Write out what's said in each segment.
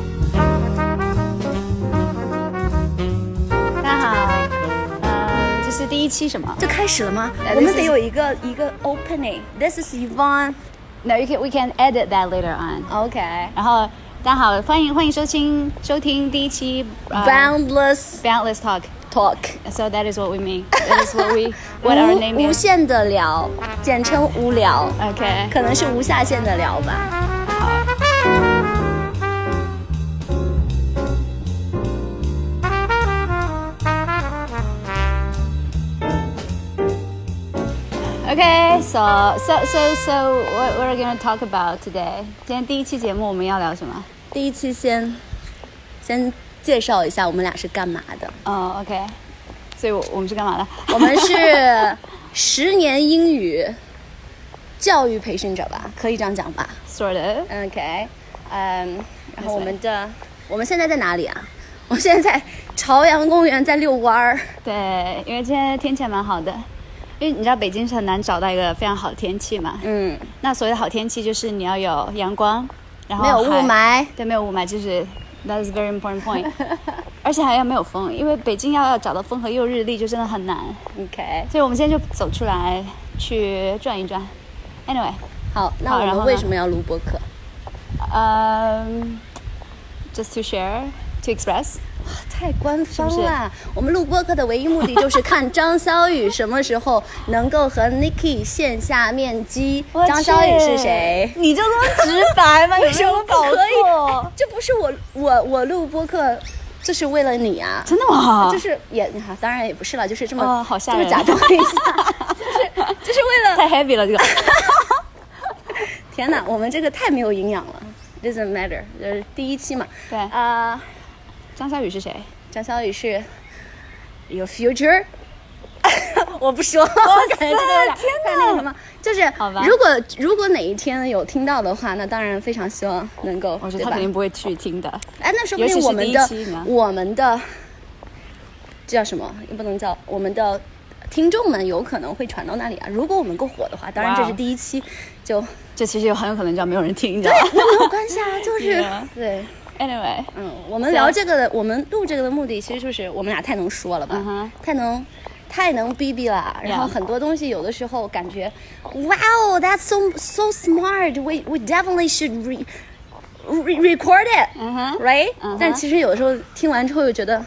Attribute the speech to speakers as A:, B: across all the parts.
A: 嗯呃期什么。
B: 这开始了吗
A: Yeah,？Uh,
B: 我
A: this
B: 们
A: is-
B: 得有一个一个 opening。This is Yvonne。
A: No, you can we can edit that later on.
B: OK。
A: 然后大家好，欢迎欢迎收听收听第一期、呃
B: Uh, Boundless
A: Boundless Talk.
B: talk。
A: So that is what we mean. That is what we what our
B: 无
A: name
B: 无
A: is.
B: 限的聊，简称无聊，
A: OK，
B: 可能是无下限的聊吧。
A: Okay, so so so so what we're gonna talk about today? 今天第一期节目我们要聊什么？
B: 第一期先先介绍一下我们俩是干嘛 的。
A: 哦、o k 所以我我们是干嘛的？
B: 我们是十年英语教育培训者吧，可以这样讲吧。
A: sort of
B: OK，嗯，
A: Um,
B: 然后
A: way
B: 我们的我们现在在哪里啊？我们现在在朝阳公园在遛弯儿。
A: 对，因为今天天气还蛮好的，因为你知道北京是很难找到一个非常好的天气嘛。
B: 嗯，
A: 那所谓的好天气就是你要有阳光，然后
B: 没有雾
A: 还
B: 霾。
A: 对，没有雾霾就是 that is very important point，而 且还要没有风，因为北京要要找到风和又日丽就真的很难，
B: OK，
A: 所以我们今天就走出来去转一转。Anyway，
B: 好，那
A: 好
B: 我
A: 然后
B: 们
A: 呢
B: 为什么要录播客？
A: 嗯、j u s t to share to express，
B: 太官方
A: 是不是
B: 了！我们录播客的唯一目的就是看张小雨什么时候能够和 Niki 线下面基。
A: 我
B: 张小雨是
A: 去
B: 谁？
A: 你就这么直白 吗？有
B: 为
A: 没
B: 什么
A: 有
B: 不
A: 搞
B: 可以
A: 错？？
B: 这不是我我我录播客，就是为了你啊！
A: 真的吗？
B: 就是也啊当然也不是了，就是这么、
A: 哦好吓人
B: 就是假装 一下，就是就是为了
A: 太 heavy 了，这个。
B: 天哪，我们这个太没有营养了，doesn't matter，就是第一期嘛。
A: 对
B: 啊、
A: 张小雨是谁？
B: 张小雨是 Your Future，我不说，我感觉这个有点太那个什么，就是
A: 好吧
B: 如果如果哪一天有听到的话，那当然非常希望能够，
A: 我觉得哦
B: 对
A: 他
B: 吧
A: 肯？定不会去听的。
B: 哎，那说不定
A: 尤其是
B: 我们的
A: 第一期呢
B: 我们的这叫什么？也不能叫我们的听众们有可能会传到那里啊。如果我们够火的话，当然
A: 哇哦
B: 这是第一期， 就
A: 这其实有很有可能叫没有人听，你知道吗
B: 那没有关系啊，就是
A: Yeah
B: 对。
A: ？Anyway，
B: 嗯，我们聊这个的，我们录这个的目的，其实就是我们俩太能说了吧
A: 嗯哼
B: 太能，太能逼逼了。然后
A: Yeah
B: 很多东西有的时候感觉，Wow, that's so so smart. We we definitely should re re record it,
A: 嗯哼，
B: right？、
A: 嗯哼
B: 但其实有的时候听完之后又觉得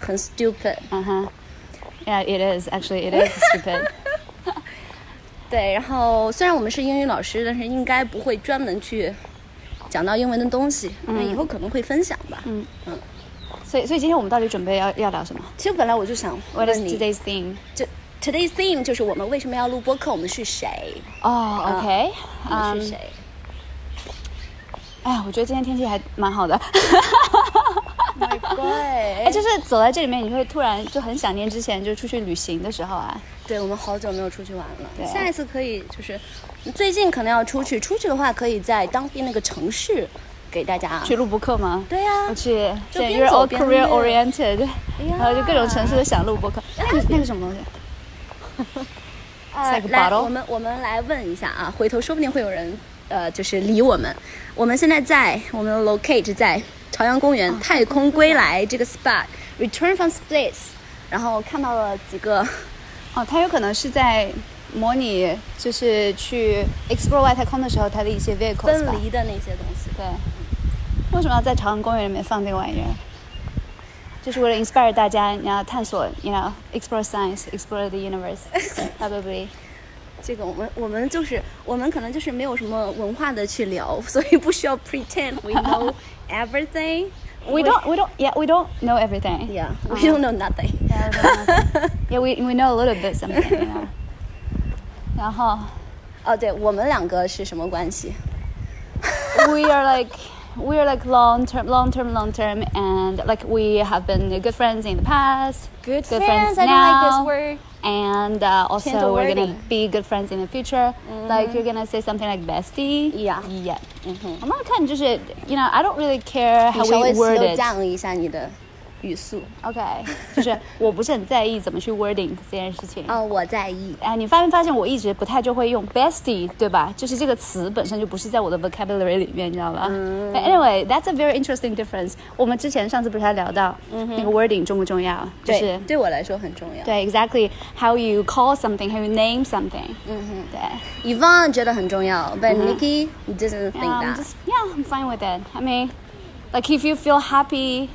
B: 很 stupid。
A: 嗯哼，Yeah，it is actually it is stupid。
B: 对，然后虽然我们是英语老师，但是应该不会专门去讲到英文的东西，那以后可能会分享吧。
A: 嗯所以所以今天我们到底准备要要聊什么
B: 其实本来我就想
A: ？What is
B: 问你。
A: today's theme？
B: 就 today's theme 就是我们为什么要录播客，我们是谁？Uh,
A: 哦，OK，
B: 我
A: 嗯
B: 们是，谁？
A: 哎呀，我觉得今天天气还蛮好 的。 哎，
B: 对，
A: 就是走哎在这里面，你会突然就很想念之前就出去旅行的时候啊。
B: 对我们好久没有出去玩了，
A: 对
B: 下一次可以就是嗯最近可能要出去，出去的话可以在当地那个城市给大家。
A: 去录播课吗？
B: 对呀、
A: 我去，
B: 就
A: 对
B: 边
A: ，you're
B: 走
A: all
B: 边
A: career
B: 录
A: oriented，
B: 呀
A: 然后就各种城市都想录播 客。那个那个什么东西？
B: 呃
A: take a
B: 来，
A: bottle
B: 我们我们来问一下啊，回头说不定会有人呃就是理我们。我们现在在我们的 locate 在朝阳公
A: 啊
B: 园、太空归来这个 spot return from space，然后看到了几个
A: 哦，他有可能是在模拟，就是去 explore 外太空的时候，他的一些 vehicles
B: 分
A: 吧。
B: 离的那些东西。
A: 对。为什么要在朝阳公园里面放这个玩意儿？就是为了 inspire 大家，你要探索，you know explore science, explore the universe, probably。
B: 这个我们我们就是我们可能就是没有什么文化的去聊，所以不需要 pretend we know everything。
A: We don't, we don't, yeah, we don't know everything.
B: yeah we don't know nothing。
A: Yeah, we don't know. yeah, we we know a little bit something. You know? 然后
B: 哦，对我们两个是什么关系？
A: we are like we are like long term, long term, long term, and like we have been good friends in the past, good,
B: I don't like this
A: now,
B: word.
A: and uh,
B: Change the
A: also we're gonna
B: wording. Mm-hmm.
A: be good friends in the future. Like you're gonna say something like bestie.
B: Yeah. Mm-hmm.
A: yeah. I'm not kind of just you know I don't really care how
B: 你稍微
A: we word
B: slow
A: it.
B: down 一下你的语速。
A: OK，就是我不是很在意怎么去 wording 这件事情。
B: 哦，我在意。
A: 哎，你发没发现我一直不太就会用 bestie，对吧？就是这个词本身就不是在我的 vocabulary 里面，你知道吧、But
B: 嗯
A: Anyway，that's a very interesting difference。我们之前上次不是还聊到那个 wording 重不重要？就是
B: 嗯对，对我来说很重要。
A: 对，exactly how you call something，how you name something。
B: 嗯哼
A: 对。
B: ，Yvonne 觉得很重要，but Nikki doesn't think
A: Mm-hmm Yeah, I'm
B: that。
A: Um, just yeah, I'm fine with it. I mean, like if you feel happy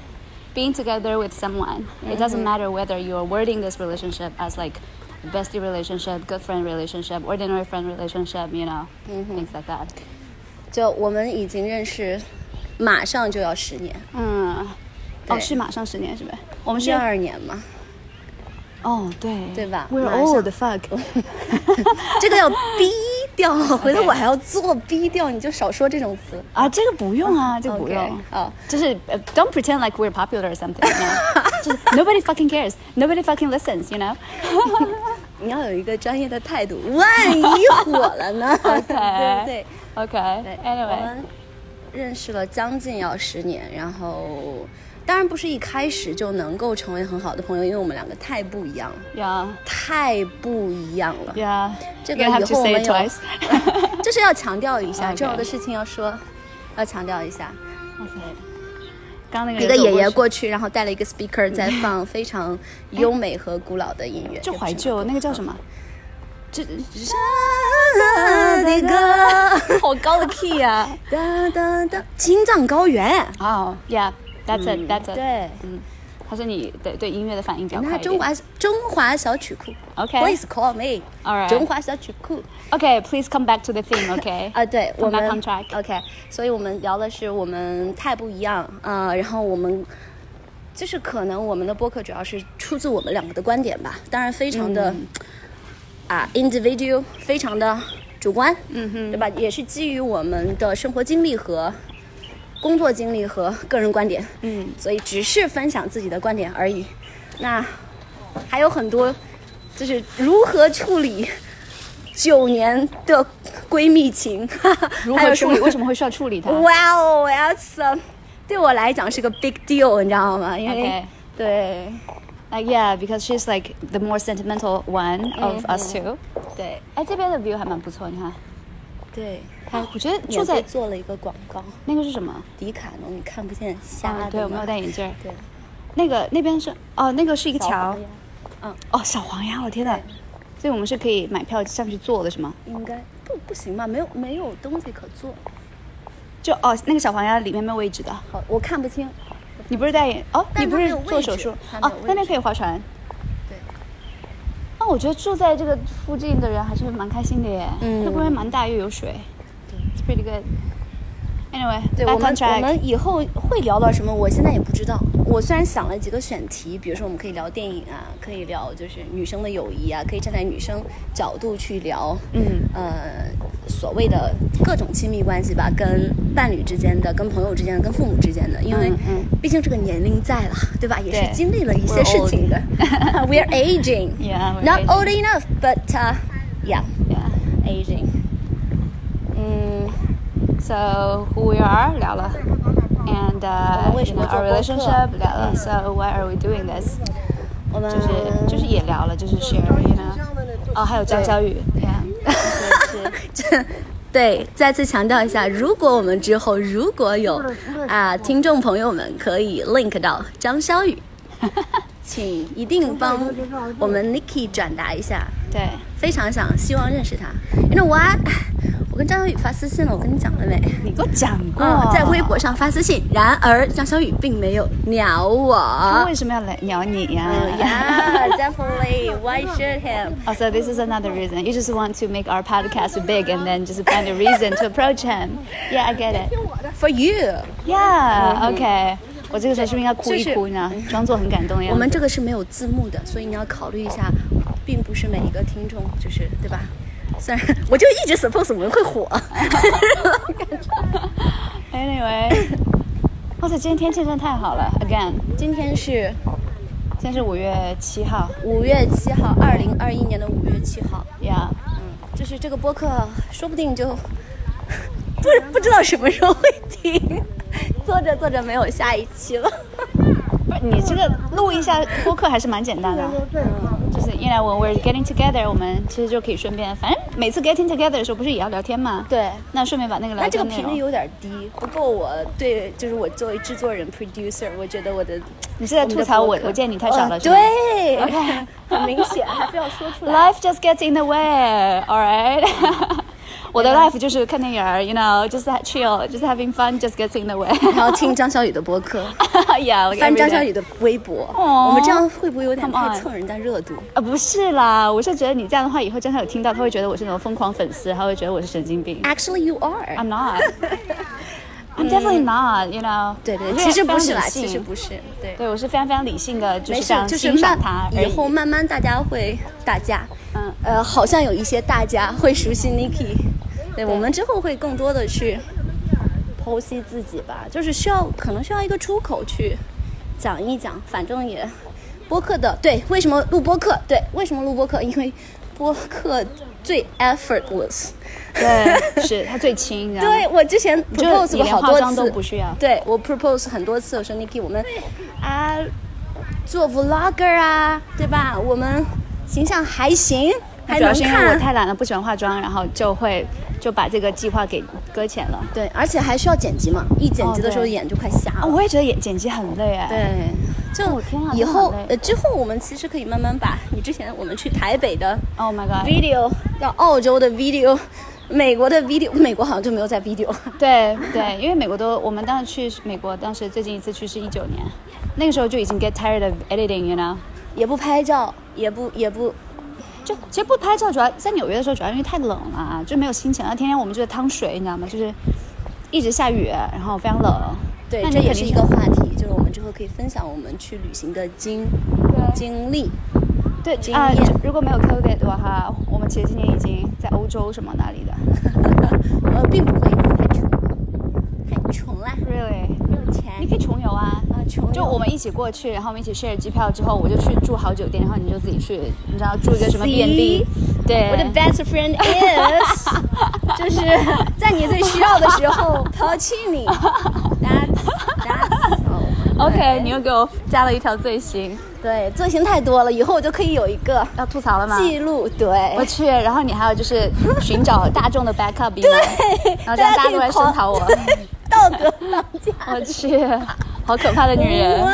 A: being together with someone, it
B: Mm-hmm.
A: doesn't matter whether you're wording this relationship as like a bestie relationship, good friend relationship, ordinary friend relationship, you know,
B: Mm-hmm.
A: things like that.
B: 就我们已经认识，马上就要十年，
A: 嗯，
B: 对。
A: 哦，是马上十年是呗？我们是
B: 一二年嘛，
A: 哦，对
B: 对吧
A: We're
B: 马上
A: old fuck
B: 这个要逼调，回头我还要做逼调，你就少说这种词。
A: 啊，这个不用啊，这个不
B: OK，
A: 用。
B: 好
A: 就是呃 don't pretend like we're popular or something. you know? 就是 nobody fucking cares, nobody fucking listens, you know.
B: 你要有一个专业的态度，万一火了呢？对
A: OK
B: 不 对？
A: OK.
B: 对我
A: Anyway.
B: 们认识了将近要十年，然后当然不是一开始就能够成为很好的朋友，因为我们两个太不一样了，
A: Yeah.
B: 太不一样了。
A: Yeah.
B: 这
A: You're
B: 个
A: gonna
B: 以
A: have to
B: 后我
A: say
B: 们
A: it
B: 有
A: twice.
B: 这是要强调一下
A: OK
B: 重要的事情要说，要强调一下。
A: 刚那个
B: 一
A: 人
B: 个
A: 嗯走
B: 爷
A: 过
B: 爷
A: 去
B: 过去，然后带了一个 speaker 在放非常优美和古老的音乐，
A: 就怀
B: 这
A: 旧，那个叫什么？这
B: 不是吗。的歌，
A: 好高的 key 啊！
B: 哒哒哒，青藏高原。
A: 哦，Yeah，that's
B: 嗯
A: it，that's Oh, it。
B: 对，
A: 嗯，他说你对对音乐的反应比较快
B: 那
A: 一
B: 中
A: 点。
B: 华中华小曲库
A: OK
B: please call me，
A: Alright
B: 中华小曲库
A: OK，please come back to the theme，OK？
B: 啊，对，我
A: Come
B: 们
A: back on track
B: OK，所以我们聊的是我们太不一样啊、呃然后我们就是可能我们的播客主要是出自我们两个的观点吧，当然非常的
A: 嗯
B: 啊、individual，非常的主观，嗯哼，对吧？也是基于我们的生活经历和。工作经历和个人观点，
A: 嗯，
B: 所以只是分享自己的观点而已。那还有很多，就是如何处理九年的闺蜜情，
A: 如
B: 还
A: 何
B: 有
A: 处理？为什
B: 么？
A: 么会需要处理它？
B: 哇哦，that's a- 对我来讲是个 big deal，你知道吗？因为
A: OK
B: 对
A: Like yeah, because she's like the more sentimental one of us
B: Mm-hmm.
A: two.
B: 对
A: 哎，这边的 view 还蛮不错，你看。
B: 对，
A: 哎，我觉得
B: 就
A: 住
B: 在
A: 在
B: 做了一个广告，
A: 那个是什么？
B: 迪卡侬你看不见瞎的、
A: 啊，对，我没有戴。眼镜儿。
B: 哦对，
A: 那个那边是哦，那个是一个桥
B: 小黄鸭，嗯，
A: 哦，小黄鸭，我天呐，所以我们是可以买票上去坐的，是吗？
B: 应该不不行吧？没有没有东西可做。
A: 就哦，那个小黄鸭里面没有位置的，
B: 好，我看不清。
A: 你不是戴眼哦，
B: 但
A: 你
B: 它
A: 不
B: 没
A: 是
B: 有位
A: 做手
B: 置
A: 术
B: 它没
A: 哦
B: 有位，置
A: 那边可以划船。
B: 对。
A: 那我觉得住在这个附近的人还是蛮开心的耶，
B: 嗯
A: 那边蛮大又有水，
B: 对
A: ，It's pretty good。Anyway，
B: 对
A: back
B: 我们
A: on
B: 我
A: track
B: 们以后会聊到什么，我现在也不知道。我虽然想了几个选题，比如说我们可以聊电影啊，可以聊就是女生的友谊啊，可以站在女生角度去聊，
A: 嗯，
B: 呃，所谓的各种亲密关系吧，跟伴侣之间的、跟朋友之间的、跟父母之间的，因为
A: 嗯嗯
B: 毕竟这个年龄在了，对吧？也是
A: 对
B: 经历了一些
A: We're
B: 事情的。We are aging,
A: Yeah, we're
B: not
A: aging.
B: old enough, but、uh, yeah, aging. 嗯。
A: ，Yeah，so who we are 聊了，and
B: 我
A: uh,
B: 们为什
A: you
B: 么
A: know,
B: 做
A: our
B: 播客嗯
A: relationship 聊了，so why are we doing this？
B: 我们
A: 就是就是也聊了，就是 share，you know，哦，还有教教育，yeah，
B: 这 对，再次强调一下，如果我们之后如果有啊、听众朋友们可以 link 到张潇 雨，请一定帮我们 Niki 转达一下，
A: 对，
B: 非常想希望认识他。You know what？我 跟张小雨发私信了，我跟你讲了没？
A: 你给我讲过
B: 嗯，，在微博上发私信，然而张小雨并没有鸟
A: 他
B: 我。
A: 为什么要来鸟你呀
B: 嗯呀 definitely. Why should him?
A: Also, Oh, this is another reason. You just want to make our podcast big and then just find a reason to approach him. Yeah, I get it.
B: For you.
A: Yeah, OK. 我这个时候是不是应该哭一哭呢？装作很感动的
B: 我
A: 样
B: 们
A: 子。
B: 这个是没有字幕的，所以你要考虑一下，并不是每一个听众就是对吧？虽然我就一直 suppose 我们会火，
A: Anyway，哇塞，今天天气真的太好了。Again，
B: 今天是
A: 今天是五月七号。
B: 五月七号，二零二一年的五月七号，
A: Yeah，
B: 就是这个播客说不定就 不不知道什么时候会停，做着做着没有下一期了。
A: 不是你这个录一下播客还是蛮简单的，就是因为 when we're getting together，我们其实就可以顺便，反正每次 getting together 的时候不是也要聊天嘛？
B: 对
A: 那顺便把那个聊
B: 那这个
A: 天内
B: 频
A: 容。
B: 率有点低，不够我对，就是我作为制作人 producer，我觉得我的
A: 你是在吐槽我
B: 们的播客
A: 我见你太少了
B: 呃
A: 是吗
B: 对
A: OK
B: 很明显，还非要说出来。
A: Life just gets in the way, all right 。我的 life 就是看电影儿，you know，就是 chill，就是 having fun just gets in the way 。
B: 然后听张小雨的播客，
A: yeah，like
B: 翻张小
A: everyday
B: 雨的微博，
A: 哦
B: 我们这样会不会有点
A: Come
B: 太
A: on
B: 蹭人家热度？
A: 啊，不是啦，我是觉得你这样的话，以后真的有听到，他会觉得我是那种疯狂粉丝，他会觉得我是神经病。
B: Actually, you are。
A: I'm not. I'm definitely not. You know.
B: Um, 对对，
A: 我
B: 其实不是啦，
A: 非常理性
B: 其实不是，对，
A: 对，我是非常非常理性的，就
B: 没
A: 是
B: 事
A: 这，样
B: 就是
A: 欣赏
B: 慢
A: 他，而已。
B: 以后慢慢大家会大家，
A: 嗯
B: 呃，好像有一些大家会熟悉 Niki，对我们之后会更多的去剖析自己吧，就是需要可能需要一个出口去讲一讲，反正也播客的对，为什么录播客？对，为什么录播客？因为播客最 effortless。
A: 对， 是他最亲，你知道吗
B: 对，我之前
A: 就
B: propose
A: 你
B: 过
A: 连
B: 好
A: 化
B: 多
A: 妆
B: 次，
A: 都不需要
B: 对我 propose 很多次，我说 Niki，我们啊做 vlogger 啊，对吧？我们形象还行，还
A: 主要
B: 能
A: 是因为我
B: 看。
A: 太懒了，不喜欢化妆，然后就会就把这个计划给搁浅了。
B: 对，而且还需要剪辑嘛，一剪辑的时候
A: 哦对
B: 眼就快瞎
A: 啊，
B: 了。
A: 我也觉得演剪辑很累哎。
B: 对，就
A: 哦天啊
B: 以后
A: 真的很累
B: 呃之后我们其实可以慢慢把你之前我们去台北的
A: Oh my god。
B: video 到澳洲的 video，美国的 video，美国好像就没有在 video。
A: 对对，因为美国都，我们当时去美国，当时最近一次去是一九年，那个时候就已经 get tired of editing，you know。
B: 也不拍照，也不也不
A: 就其实不拍照，主要在纽约的时候，主要因为太冷了，就没有心情了。天天我们就在趟水，你知道吗？就是一直下雨，然后非常冷。
B: 对
A: 那，你
B: 这也
A: 肯
B: 是
A: 定
B: 一个话题，就是我们之后可以分享我们去旅行的经经历。
A: 对
B: 经
A: 啊、
B: 验
A: 就如果没有 COVID 的话，我们其实今年已经在欧洲什么那里的。
B: 呃，并不会太穷，太穷啦，
A: Really？
B: 没有
A: 你
B: 钱
A: 可以穷游啊。
B: 啊，穷
A: 就
B: 游
A: 我们一起过去，然后我们一起 share 机票之后，我就去住好酒店，然后你就自己去，你知道住一个什么
B: See？
A: 便利？对，
B: 我的 best friend is，就是 在你最需要的 时候抛弃你。That's that's all.
A: OK，你又给我加了一条罪行，
B: 对，罪行太多了，以后我就可以有一个
A: 要吐槽了吗？
B: 记录。对
A: 我，去，然后你还有就是寻找大众的 backup，对， 然后这样大家
B: 大家
A: 都
B: 可
A: 来
B: 以
A: 声
B: 狂
A: 讨我。
B: 对 道德绑 架。
A: 我去，好可怕的女人。
B: 哇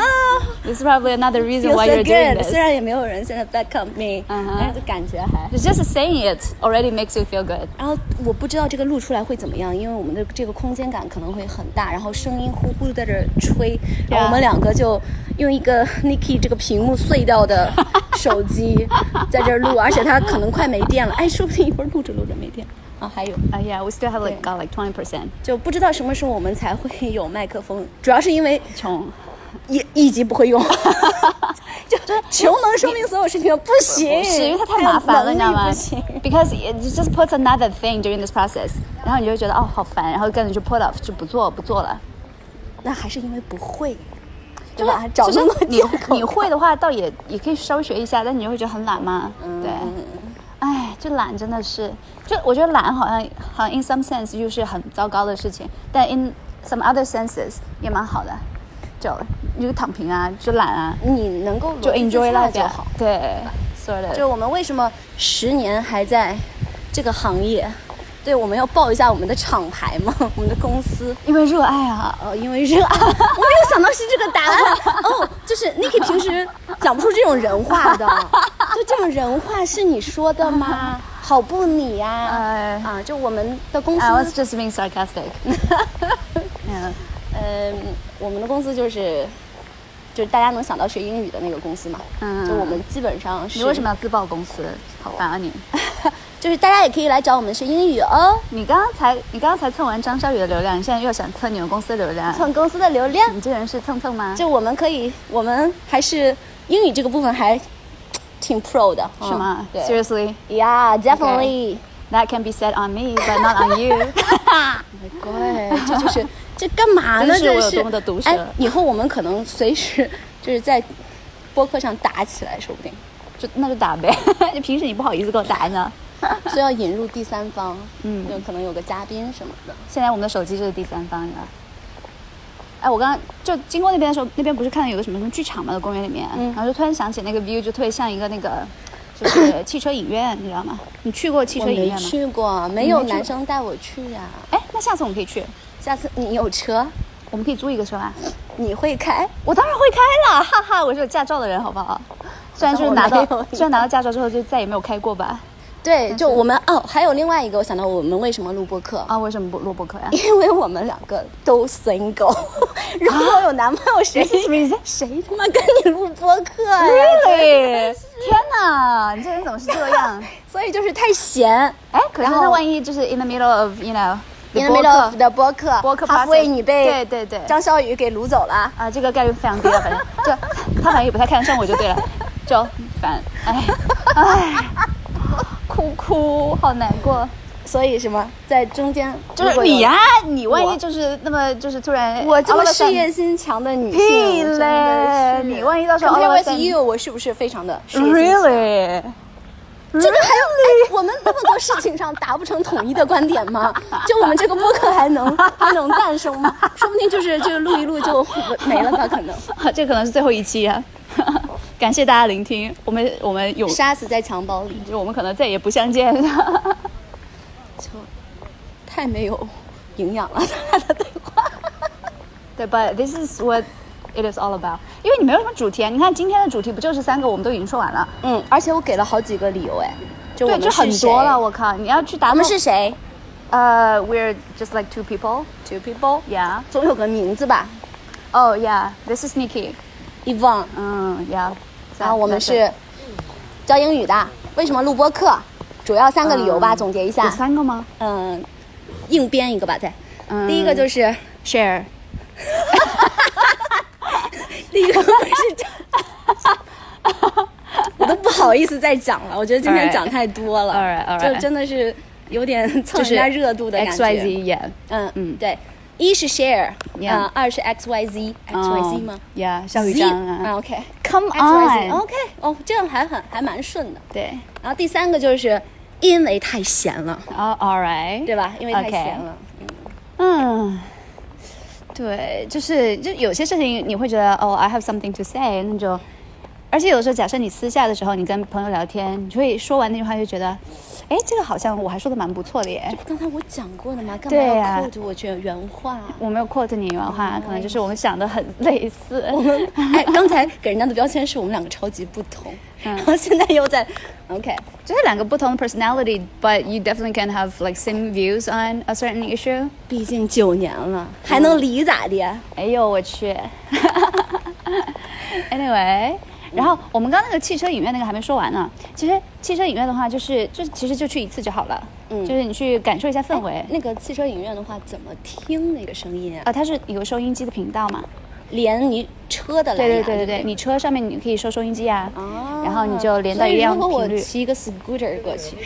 A: This is probably another reason
B: Feel
A: why
B: so
A: you're doing
B: good，
A: this.
B: 虽然也没有人现在 back up me，
A: 嗯哼
B: 但是就感觉还。
A: It's Just saying it already makes you feel good.
B: 然后我不知道这个录出来会怎么样，因为我们的这个空间感可能会很大，然后声音呼呼在这儿吹，然后我们
A: 啊
B: 两个就用一个 Niki 这个屏幕碎掉的手机在这儿录，而且它可能快没电了，哎，说不定一会儿录着录着没电啊，还有
A: Uh, yeah, we still have like
B: 对
A: got like twenty percent.
B: 就不知道什么时候我们才会有麦克风，主要是因为
A: 穷，
B: 一一级不会用， 就穷能说明所有事情吗不行，
A: 是因为它太
B: 还有
A: 麻烦了，你知道
B: 能力
A: 吗
B: 不行。
A: ？Because it just puts another thing during this process. 然后你就会觉得哦好烦，然后跟着就 put off 就不做不做了。
B: 那还是因为不会，对
A: 就
B: 吧？
A: 是
B: 找
A: 就
B: 那
A: 是
B: 么
A: 你
B: 多口
A: 你会的话，倒也也可以稍微学一下，但你就会觉得很懒嘛。
B: 嗯
A: 对，哎，就懒真的是，就我觉得懒好像好像 in some sense 又是很糟糕的事情，但 in some other senses 也蛮好的，就你就躺平啊，就懒啊，
B: 你能够
A: 就
B: 逻辑自
A: enjoy
B: 洽
A: life 啊
B: 就好。。
A: 对，sort of。
B: 就我们为什么十年还在这个行业？对，我们要报一下我们的厂牌嘛， 我们的公司。
A: 因为热爱啊，
B: 呃，因为热爱， 我没有想到是这个答案。哦，就是 Niki 平时讲不出这种人话的，就这种人话是你说的吗？好不你呀、
A: 哎
B: 啊，就我们的公司
A: I was just being sarcastic. Yeah.
B: 嗯，我们的公司就是，就是大家能想到学英语的那个公司嘛。
A: 嗯
B: 就我们基本上是。
A: 你为什么？要自曝公司？好烦啊你！
B: 就是大家也可以来找我们学英语哦，
A: 你刚刚才你刚刚才蹭完张小雨的流量，你现在又想蹭你们公司的流量？
B: 蹭公司的流量。
A: 你这人是蹭蹭吗？
B: 就我们可以，我们还是英语这个部分还挺 pro 的，
A: 是吗、
B: 嗯
A: s e r i o
B: 对。
A: u s l y
B: Yeah, definitely.
A: that can be said on me, but not on you.
B: 对， 这就是这干嘛呢？
A: Oh 真是
B: 这
A: 我有
B: 是
A: 多么的毒舌
B: 哎，以后我们可能随时就是在播客上打起来，说不定。
A: 就那就打呗， 就平时你不好意思给我打呢。
B: 所以要引入第三方，
A: 嗯
B: 有可能有个嘉宾什么的。
A: 现在我们的手机就是第三方的，哎，我刚刚就经过那边的时候，那边不是看到有个什么什么剧场嘛，在公园里面，
B: 嗯
A: 然后就突然想起那个 view，就特别像一个那个，就是汽车影院，你知道吗？你去过汽
B: 我
A: 车影
B: 没
A: 院吗？
B: 去过，没有男生带我去啊呀、
A: 哎，那下次我们可以去，
B: 下次你有车，
A: 我们可以租一个车啊。
B: 你会开？
A: 我当然会开了，哈哈，我是有驾照的人，好不好？虽然就是拿到
B: 我没有，
A: 虽然拿到驾照之后就再也没有开过吧。
B: 对，就我们哦，还有另外一个，我想到我们为什么录播课，
A: 啊，为什么不录播客 呀
B: 因为我们两个都 single，如 果有男朋 友，谁谁他妈跟你录播课呀？
A: ？Really？天哪，你这人怎么是这样？
B: 所以就是太闲。
A: 哎，可是
B: 然后
A: 那万一就是 in the middle of you know the
B: In the middle
A: 播
B: of
A: 客
B: the 播客，
A: 播客 process
B: 哈弗你被
A: 对对对
B: 张小雨给掳走了。
A: 啊，这个概率非常低了，反正就他好像也不太看得上我就对 了，就烦，哎哎，哭哭，好难过。
B: 所以什么，在中间
A: 就
B: 如
A: 是
B: 果有
A: 你呀、你万
B: 我
A: 一就是那么就是突然
B: 我这
A: all
B: 么
A: of a
B: 事
A: sudden-
B: 业心强的女性，
A: 屁
B: 真的
A: 嘞
B: 是
A: 你万一到时候 all of a
B: compare with
A: sudden-
B: you，我是不是非常的事业心强
A: really
B: 这个还有、哎、我们那么多事情上达不成统一的观点 吗？就我们这个播客还能 还能诞生吗？说不定就是这个录一录就没了吧，可能
A: 这可能是最后一期啊， 感谢大家聆听，我们我们有
B: 杀死在襁褓里，
A: 就我们可能再也不相见。
B: 就太没有营养了。他的对 话，
A: 对，but this is what it is all about。因为你没有什么主题啊，你看今天的主题不就是三个，我们都已经说完了，
B: 嗯，而且我给了好几个理由，哎，就我
A: 对，
B: 们
A: 就是很
B: 谁
A: 多了。。我靠，你要去答
B: 咱们
A: 复
B: 是谁
A: 呃、we're just like two people。
B: ？Two people，
A: Yeah.
B: 总有个名字吧
A: Oh yeah. This is Nikki.
B: ，Evan。
A: 嗯，Yeah.
B: 然啊后我们
A: That's
B: 是教英语的，为什么录播课？主要三个理由吧，
A: 嗯
B: 总结一
A: it 有
B: 下。
A: 三个吗？
B: 嗯，硬编一个吧，再。
A: 嗯
B: 第一个就是
A: share。
B: 第一个是这， 我都不好意思再讲了。我觉得今天
A: Alright
B: 讲太多了
A: Alright, alright
B: 就真的是有点蹭人家热度的感觉。
A: X Y Z yeah。
B: 嗯嗯
A: 嗯，
B: 对，一是 share，
A: Yeah 哦
B: 嗯，二是 X Y Z，X Y Z 吗
A: 嗯？Yeah，
B: ？Z 嗯
A: 项羽章啊。
B: o k
A: Come
B: X Y
A: on。
B: Z，OK，哦，这样还很还蛮顺的。
A: 对。
B: 然后第三个就是因为太闲了，
A: 哦、a l right。
B: 对吧？因为太
A: OK
B: 闲了。
A: 嗯，对，就是就有些事情你会觉得哦、i have something to say，那就，而且有的时候，假设你私下的时候，你跟朋友聊天，你就会说完那句话就觉得，哎，这个好像我还说的蛮不错的耶。
B: 刚才我讲过的嘛，干嘛
A: 对
B: 要
A: 呀
B: quote 我这原话？
A: 我没有 quote 你原话，可能就是我们想的很类似。
B: 哎，刚才给人家的标签是我们两个超级不同，
A: 嗯
B: 然后现在又在，OK，
A: 就是两个不同的 personality，but you definitely can have like same views on a certain issue。
B: 毕竟九年了，还能离咋的？
A: 哎呦我去 ！Anyway，然后我们刚那个汽车影院那个还没说完呢。其实汽车影院的话，就是就其实就去一次就好了，
B: 嗯
A: 就是你去感受一下氛围。
B: 那个汽车影院的话，怎么听那个声音啊？
A: 啊，它是有个收音机的频道嘛？
B: 连你车的蓝
A: 对对
B: 牙，
A: 对对对，你车上面你可以收收音机啊，
B: 啊，
A: 然后你就连到一辆
B: 样如果我
A: 频率
B: 骑一个 scooter 过去，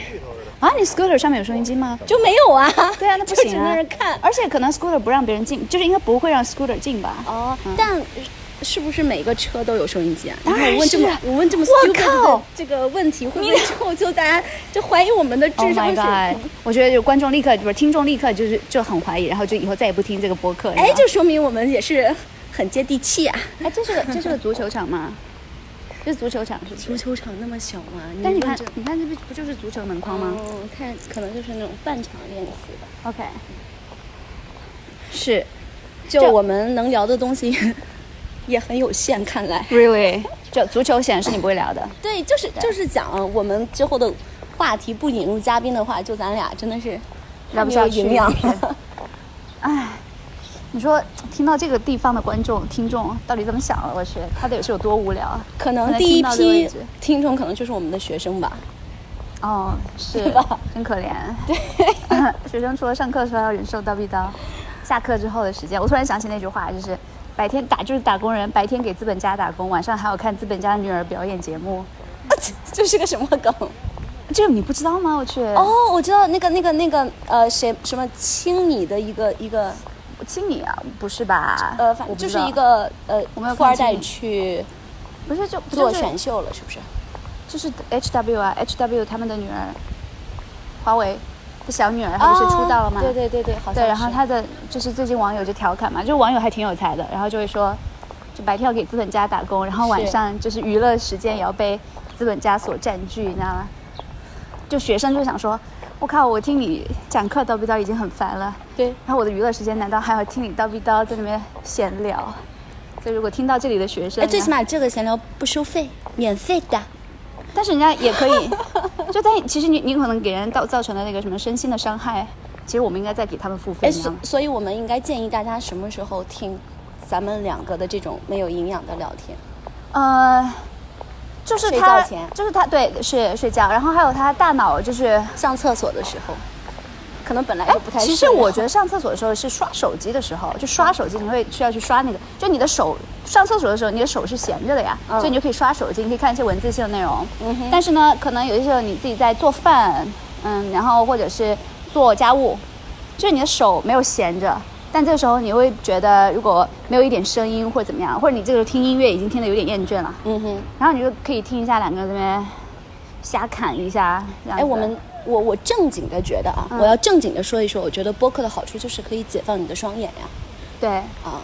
A: 啊。你 scooter 上面有收音机吗？
B: 就没有啊？
A: 对啊，那不
B: 就只
A: 行啊
B: 在那儿看。
A: 而且可能 scooter 不让别人进，就是应该不会让 scooter 进吧？
B: 哦，但是不是每个车都有收音机啊？
A: 嗯当然
B: 你看我问这么
A: 是啊
B: 我问这么
A: 我
B: stupid 的
A: 靠
B: 这个问题，会不会之后就大家 就怀疑我们的
A: Oh
B: 智商
A: my
B: 水平
A: god！？我觉得就观众立刻不是听众立刻就是就很怀疑，然后就以后再也不听这个播客了。
B: 哎，就说明我们也是很接地气啊。
A: 哎，这是个这是个足球场吗？这是足球场是不
B: 足
A: 是？
B: 球场那么小吗？
A: 但
B: 问
A: 你看
B: 这，
A: 你看这不不就是足球门框吗、
B: 哦，看可能就是那种半场练习吧。
A: o k 哦是
B: 就
A: 这
B: 我们能聊的东西 也很有限，看来。
A: ，really，就足球显然是你不会聊的。
B: 对，就是就是讲我们之后的话题不引入嘉宾的话，就咱俩真的是
A: 聊不
B: 太没有
A: 下去
B: 营养
A: 是
B: 了。
A: 哎，你说听到这个地方的观众听众到底怎么想了？我去，他得是有多无聊啊？
B: 可能
A: 才
B: 第一
A: 听到这个位
B: 批
A: 置
B: 听众可能就是我们的学生吧。
A: 哦，是
B: 对吧，
A: 真可怜。 对， 学生除了上课的时候要忍受叨逼叨，下课之后的时间，我突然想起那句话，就是白天打就是打工人，白天给资本家打工，晚上还要看资本家女儿表演节目。
B: 这是个什么梗？
A: 这个你不知道吗？我去，哦，
B: 哦，我知道那个那个那个呃，谁什么亲你的一个一个
A: 亲你啊？不是吧？
B: 呃，反
A: 我
B: 正
A: 不
B: 就
A: 知
B: 是
A: 道
B: 一个呃
A: 我没有看
B: 富二代
A: 清
B: 去
A: 不是就不
B: 做
A: 就是
B: 选秀了，是不是？
A: 就是 H W 啊，H W 他们的女儿，华为的小女儿，她不是出道了吗？
B: 哦对对对对，好像
A: 对，然后
B: 是
A: 他的就是最近网友就调侃嘛，就网友还挺有才的，然后就会说，就白天要给资本家打工，然后晚
B: 是
A: 上就是娱乐时间也要被资本家所占据，你知道吗？就学生就想说，我靠，我听你讲课叨逼叨已经很烦了，
B: 对
A: 然后我的娱乐时间难道还要听你叨逼 叨在那边闲聊？所以如果听到这里的学生，
B: 哎，最起码这个闲聊不收费，免费的。
A: 但是人家也可 以，就但其实你你可能给人造造成的那个什么身心的伤害，其实我们应该再给他们付费，
B: 哎，
A: 你知道
B: 所
A: 吗？
B: 所以我们应该建议大家什么时候听咱们两个的这种没有营养的聊天？
A: 呃，就是
B: 哎睡
A: 他，
B: 觉前
A: 就是他，对，是睡觉，然后还有他大脑就是。
B: 上厕所的时候，可能本来
A: 哎
B: 就不太。啊
A: 其实我觉得上厕所的时候是刷手机的时候，就刷手机，你会需要去刷那个，就你的手上厕所的时候，你的手是闲着的呀，
B: 嗯
A: 所以你就可以刷手机，你可以看一些文字性的内容。
B: 嗯哼
A: 但是呢，可能有一些时候你自己在做饭，嗯，然后或者是做家务，就是你的手没有闲着。但这个时候你会觉得，如果没有一点声音或者怎么样，或者你这个时候听音乐已经听得有点厌倦了，
B: 嗯哼，
A: 然后你就可以听一下两个人这边瞎侃一下。这样
B: 哎，
A: 子嗯
B: 我们我我正经的觉得啊，我要正经的说一说，我觉得播客的好处就是可以解放你的双眼呀、
A: 对，
B: 啊，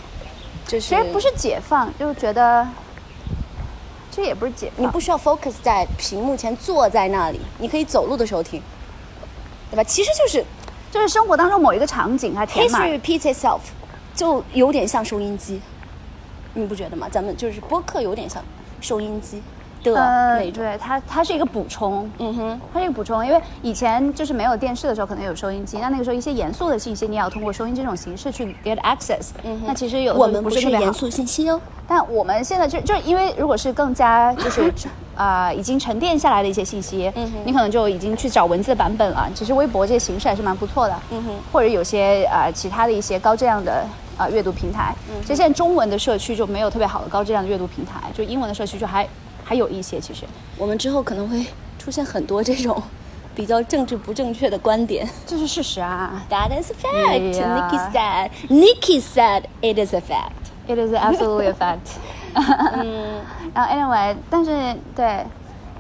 B: 就是
A: 其实不是解放，就是觉得，这也不是解
B: 你
A: 放。
B: 不需要 focus 在屏幕前坐在那里，你可以走路的时候听，对吧？其实就是
A: 就是生活当中某一个场景还填满
B: history repeats itself，就有点像收音机，你不觉得吗？咱们就是播客有点像收音机的
A: 呃，
B: 那种，
A: 对，它它是一个补充，
B: 嗯哼，
A: 它是一个补充，因为以前就是没有电视的时候，可能有收音机，那那个时候一些严肃的信息，你也要通过收音机这种形式去 get access、
B: 嗯哼
A: 那其实有
B: 我们不
A: 是
B: 是
A: 特别好
B: 严，肃信息哦，
A: 但我们现在就就是因为如果是更 加就是啊、已经沉淀下来的一些信息，
B: 嗯哼
A: 你可能就已经去找文字版本了。其实微博这些形式还是蛮不错的，
B: 嗯哼
A: 或者有些啊、呃其他的一些高质量的啊、呃阅读平台。其实现在中文的社区就没有特别好的高质量的阅读平台，就英文的社区就还还有一些其实。
B: 我们之后可能会出现很多这种比较政治不正确的观点。
A: 这是事实啊
B: That is a fact.
A: Yeah.
B: Nikki said. Nikki said it is a fact.
A: ，It is absolutely a fact。
B: 嗯，
A: 然后 anyway，但是对，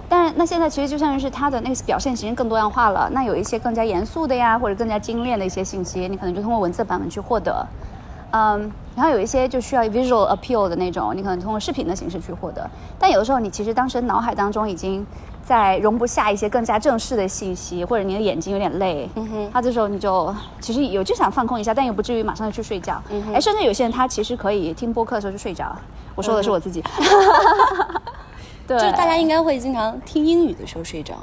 A: 但是那现在其实就像是它的那个表现形式更多样化了。那有一些更加严肃的呀，或者更加精炼的一些信息，你可能就通过文字版本去获得。嗯，然后有一些就需要 visual appeal 的那种，你可能通过视频的形式去获得。但有的时候你其实当时脑海当中已经在容不下一些更加正式的信息，或者你的眼睛有点累，
B: 嗯哼
A: 那这时候你就其实有就想放空一下，但又不至于马上就去睡觉。
B: 嗯
A: 哎、甚至有些人他其实可以听播客的时候就睡着。我说的是我自 己。 对，
B: 嗯就是大家应该会经常听英语的时候睡着。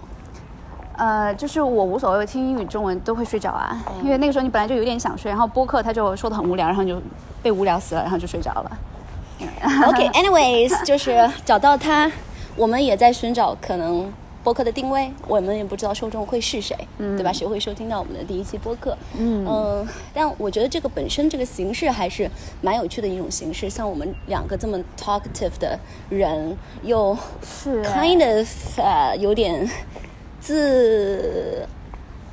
A: 呃，就是我无所谓，听英语、中文都会睡着啊，
B: 嗯
A: 因为那个时候你本来就有点想睡，然后播客他就说的很无聊，然后你就被无聊死了，然后就睡着了。
B: OK，anyways，、就是 找到他，我们也在寻找可能播客的定位，我们也不知道受众会是谁，对吧？谁会收听到我们的第一期播客？嗯、但我觉得这个本身这个形式还是蛮有趣的一种形式，像我们两个这么 talkative 的人，又
A: 是
B: kind of 呃有点自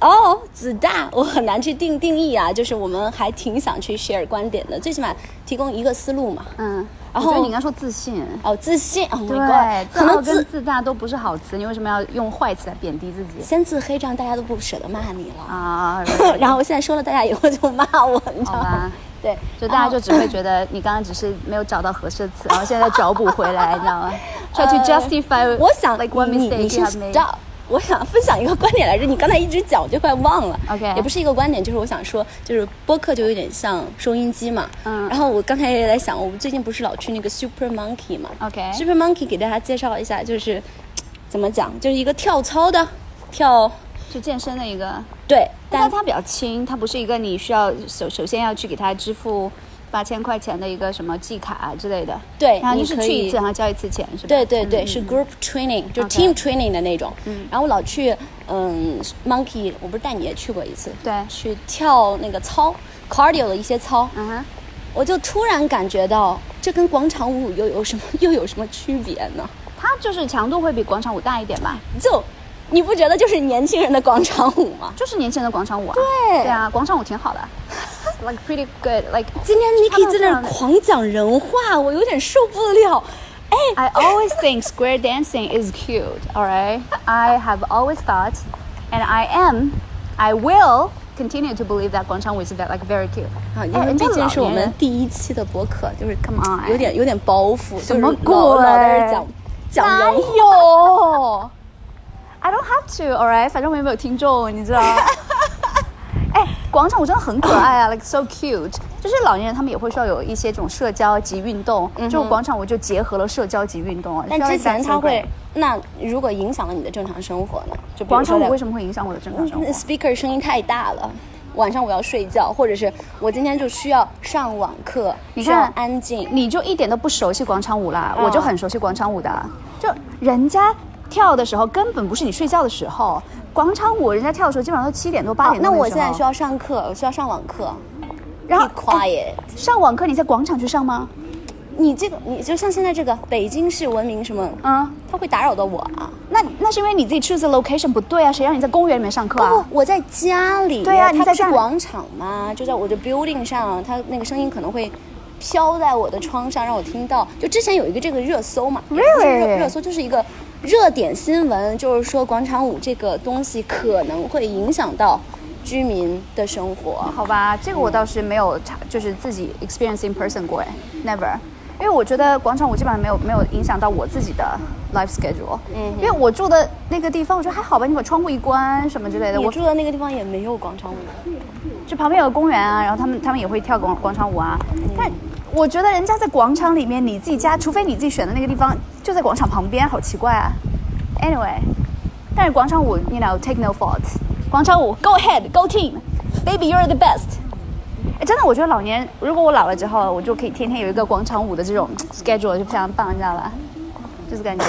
B: 哦，子大，我很难去定定义啊，就是我们还挺想去 share 观点的，最起码提供一个思路嘛。
A: 嗯，
B: 然
A: 我觉
B: 后
A: 得你应该说自信。
B: 哦，自信，Oh
A: 对
B: my god，，
A: 自
B: 可
A: 傲
B: 能
A: 跟
B: 自
A: 自大都不是好词，你为什么要用坏词来贬低自己
B: 先自黑，这样大家都不舍得骂你了。
A: 啊？
B: 然后我现在说了，大家以后就骂我，你知道
A: 好吧
B: 吗？对，
A: 就大家就只会觉得你刚刚只是没有找到合适的词，然后现在找补回来，你知道吗？Try to
B: 呃
A: justify。
B: 我想
A: like one
B: 你
A: mistake
B: 你
A: you
B: 先
A: have made。
B: stop。我想分享一个观点来着，你刚才一直讲，我就快忘了。
A: OK
B: 也不是一个观点，就是我想说，就是播客就有点像收音机嘛。
A: 嗯
B: 然后我刚才也在想，我们最近不是老去那个 Super Monkey 嘛
A: OK
B: Super Monkey 给大家介绍一下，就是怎么讲，就是一个跳操的跳，
A: 就健身的一个。
B: 对，
A: 但
B: 但
A: 它比较轻，它不是一个你需要首首先要去给他支付八千块钱的一个什么季卡啊之类的。
B: 对
A: 然后就
B: 你
A: 是
B: 可
A: 去一
B: 以
A: 次，然后交一次钱，是吧？
B: 对对对，是 group training，就是
A: OK
B: team training 的那种。然后我老去，嗯，monkey，我不是带你也去过一次，
A: 对
B: 去跳那个操，cardio 的一些操，
A: 嗯哼，
B: 我就突然感觉到，这跟广场舞又有什么 又有什么区别呢？
A: 它就是强度会比广场舞大一点吧，
B: 就你不觉得就是年轻人的广场舞吗？
A: 就是年轻人的广场舞啊。
B: 对
A: 对啊，广场舞挺 好的，like pretty good，like
B: 今天
A: 他
B: Niki
A: 们
B: 在那
A: 跳
B: 儿
A: 的
B: 狂讲人话，我有点受不了。哎，
A: I always think square dancing is cute, all right? I have always thought, and I am I will continue to believe that Guangchang is ve- like very cute.
B: 啊，因
A: 哎
B: 为
A: 人家
B: Oh, 毕竟
A: 老
B: 是我
A: 年
B: 们
A: 人
B: 第一期的播客，就是
A: Come on
B: 有点有点包袱，
A: 什么
B: 就是老老在这
A: 鬼
B: 讲讲人话。
A: 有？I don't have to, alright，反正我也没有听众，你知 道。哎，广场舞真的很可爱啊，like so cute。就是老年人他们也会需要有一些这种社交及运动，就广场舞就结合了社交及运动啊。
B: 嗯但
A: I feel
B: 之
A: like
B: 前
A: that's
B: 他
A: so
B: 会
A: great，
B: 那如果影响了你的正常生活呢？就比如
A: 广场
B: 说嗯
A: 舞
B: 在
A: 为什么会影响我的正常生活
B: 那？speaker 声音太大了，晚上我要睡觉，或者是我今天就需要上网课，
A: 你
B: 需要
A: 看
B: 安静。
A: 你就一点都不熟悉广场舞啦，
B: 嗯
A: 我就很熟悉广场舞的啊，就人家。跳的时候根本不是你睡觉的时候，广场舞人家跳的时候基本上都七点多八
B: 啊
A: 点多
B: 那
A: 时候、
B: 我现在需要上课，我需要上网课。
A: 然后
B: Be quiet。
A: 上网课你在广场去上吗？
B: 你这个，你就像现在这个北京市文明什么，
A: 嗯，
B: 它会打扰到我啊。
A: 那那是因为你自己 choose 的 location 不对啊，谁让你在公园里面上课
B: 不
A: 啊？
B: 不，我在家里。
A: 对呀
B: 它
A: 你在
B: 不是
A: 家里
B: 广场吗？就在我的 building 上，它那个声音可能会飘在我的窗上，让我听到。就之前有一个这个热搜嘛也不是
A: Really？
B: 热热搜就是一个热点新闻，就是说广场舞这个东西可能会影响到居民的生活。
A: 好吧，这个我倒是没有查，就是自己 experience in person 过哎，never。因为我觉得广场舞基本上没有没有影响到我自己的 life schedule，
B: 嗯哼
A: 因为我住的那个地方，我觉得还好吧，你把窗户一关什么之类的，
B: 你
A: 我
B: 住的那个地方也没有广场舞，
A: 就旁边有个公园啊，然后他们他们也会跳广广场舞啊。但我觉得人家在广场里面，你自己家，除非你自己选的那个地方就在广场旁边，好奇怪啊。Anyway，但是广场舞，you know，take no fault。广场舞，go ahead，go team，baby，you're the best。哎，真的，我觉得老年，如果我老了之后，我就可以天天有一个广场舞的这种 schedule，就非常棒，你知道吧？就是感觉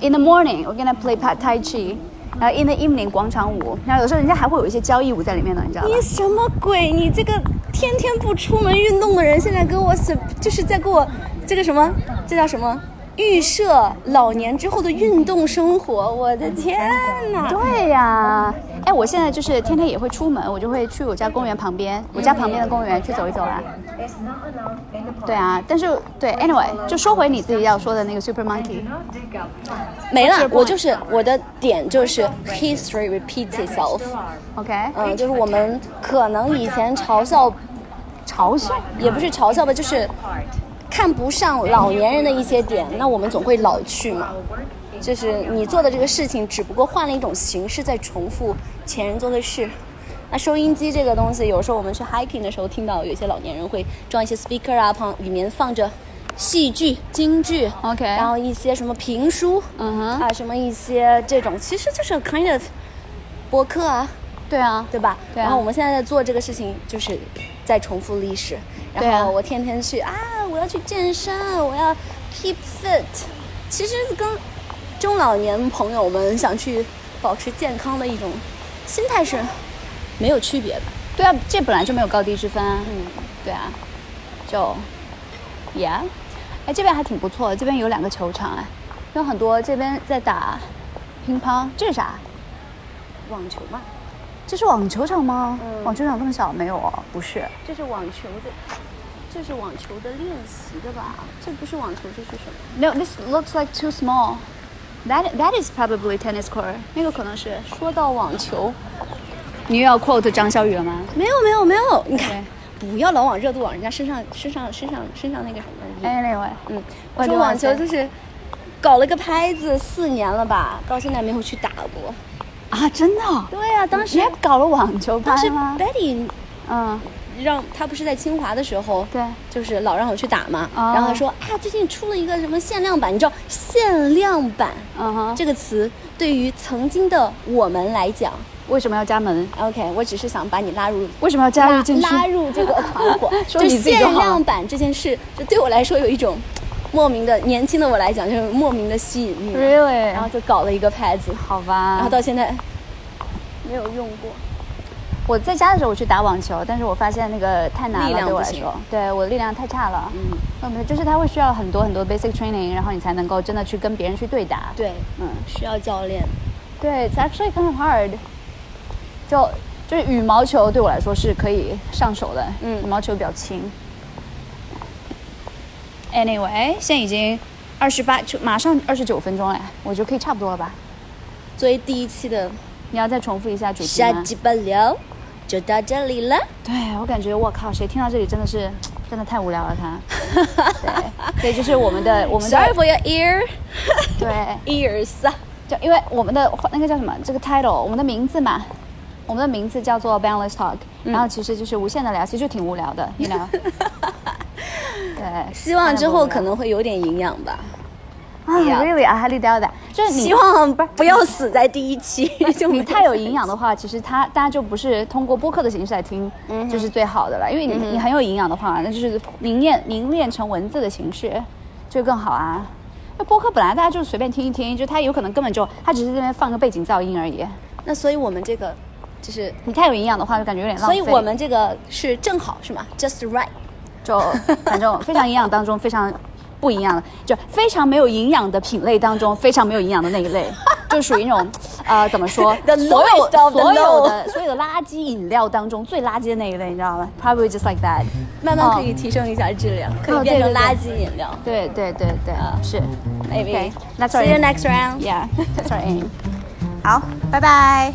A: ，in the morning we're gonna play pa- tai chi，然后 in the evening 广场舞，然后有时候人家还会有一些交谊舞在里面呢，你知道吧？
B: 你什么鬼？你这个天天不出门运动的人，现在跟我是就是在给我这个什么，这叫什么？预设老年之后的运动生活，我的天哪！
A: 对呀、哎，我现在就是天天也会出门，我就会去我家公园旁边，我家旁边的公园去走一走啦。对啊，但是对，anyway，就说回你自己要说的那个 Super Monkey，
B: 没
A: What's
B: 了
A: your，point？
B: 我就是我的点就是 history repeats itself，
A: OK，、
B: 嗯，就是我们可能以前嘲笑，
A: 嘲笑
B: 也不是嘲笑吧，就是看不上老年人的一些点，那我们总会老去嘛。就是你做的这个事情，只不过换了一种形式，在重复前人做的事。那收音机这个东西，有时候我们去 hiking 的时候，听到有些老年人会装一些 speaker 啊，旁里面放着戏剧、京剧
A: OK
B: 然后一些什么评书，
A: 嗯哼
B: 啊，什么一些这种，其实就是 kind of 播客啊，
A: 对啊，
B: 对吧？
A: 对啊
B: 然后我们现在在做这个事情，就是在重复历史。
A: 对
B: 然
A: 啊
B: 后我天天去啊，我要去健身，我要 keep fit。其实跟中老年朋友们想去保持健康的一种心态是没有区别的。
A: 对啊，这本来就没有高低之分啊。
B: 嗯，
A: 对啊，就，Yeah，哎，这边还挺不错的，这边有两个球场哎，有很多这边在打乒乓，这是啥？
B: 网球嘛，
A: 这是网球场吗？
B: 嗯
A: 网球场这么小没有哦？不是，
B: 这是网球的，这是网球的练习的吧？这不是网球，这是什么？
A: No, this looks like too small. That that is probably tennis court. 那个可能是。
B: 说到网球，
A: 你又要 quote 张小雨了吗？
B: 没有没有没有，你看
A: 对，
B: 不要老往热度往人家身上身上身上身上那个什么引。
A: ，Anyway，
B: 嗯，
A: 我
B: 我
A: 就
B: 这
A: 忘
B: 网
A: 记
B: 球就是搞了个拍子四年了吧，到现在没有去打过。
A: 啊，真的哦、
B: 对呀、当时
A: 你还啊搞了网球
B: 当时
A: 拍吗？
B: Betty
A: 嗯，
B: 让他不是在清华的时候，
A: 对
B: 就是老让我去打嘛，
A: 哦
B: 然后他说啊，最近出了一个什么限量版，你知道限量版、
A: 嗯哼，这
B: 这个词对于曾经的我们来讲
A: 为什么要加盟？
B: ，OK，我只是想把你拉入
A: 为什么要加入进去？。
B: 拉入这个团伙
A: 说
B: 就
A: 你自己
B: 限
A: 就好了
B: 量版这件事，就对我来说有一种莫名的，年轻的我来讲就是莫名的吸引力。
A: Really？
B: 然后就搞了一个拍子，
A: 好吧，
B: 然后到现在没有用过。
A: 我在家的时候我去打网球，但是我发现那个太难
B: 力
A: 了，
B: 量
A: 对我
B: 不
A: 来
B: 行
A: 说，对我力量太差了。
B: 嗯，
A: 嗯，就是它会需要很多很多 basic training，然后你才能够真的去跟别人去对打。
B: 对，
A: 嗯，
B: 需要教练。
A: 对，it's actually kind of hard 就。就是羽毛球对我来说是可以上手的，
B: 嗯
A: 羽毛球比较轻。Anyway，现在已经二十八，就马上二十九分钟了，我觉得可以差不多了吧？
B: 作为第一期的
A: 你要再重复一下主题
B: 下
A: 吗？
B: 集不聊，就到这里了。
A: 对我感觉，我靠，谁听到这里真的是真的太无聊了， 他。对，所以就是我们的我们的
B: Sorry for your ear
A: 对，
B: ears 啊。
A: 就因为我们的那个叫什么，这个 title，我们的名字嘛，我们的名字叫做 Boundless Talk，、然
B: 嗯
A: 后其实就是无限的聊，其实就挺无聊的，你 聊。对，
B: 希望之后可
A: 能
B: 能哎会有点营养吧。
A: 啊，really，I highly doubt that。就是你
B: 希望不不要死在第一 期，就
A: 你太有营养的话，其实它大家就不是通过播客的形式来听，
B: 嗯
A: 就是最好的了。因为你、你很有营养的话，那就是凝练凝练成文字的形式，就更好啊。那播客本来大家就随便听一听，就它有可能根本就它只是这边放个背景噪音而已。
B: 那所以我们这个就是，
A: 你太有营养的话，就感觉有点浪费。
B: 所以我们这个是正好是吗？Just right。
A: 就反正非常营养当中非常不营养的，就非常没有营养的品类当中非常没有营养的那一 类，就属于那种呃怎么说
B: The，
A: 所
B: lowest
A: 有
B: of the
A: 所有
B: low
A: 的所有的垃圾饮料当中最垃圾的那一类，你知道吗？Probably just like that。
B: 慢慢可以提升一下质量，可以变成垃圾饮料。
A: 对对对对，是。
B: Maybe
A: Okay，that's our
B: See you
A: aim
B: next round.
A: Yeah，that's our aim。好，拜拜。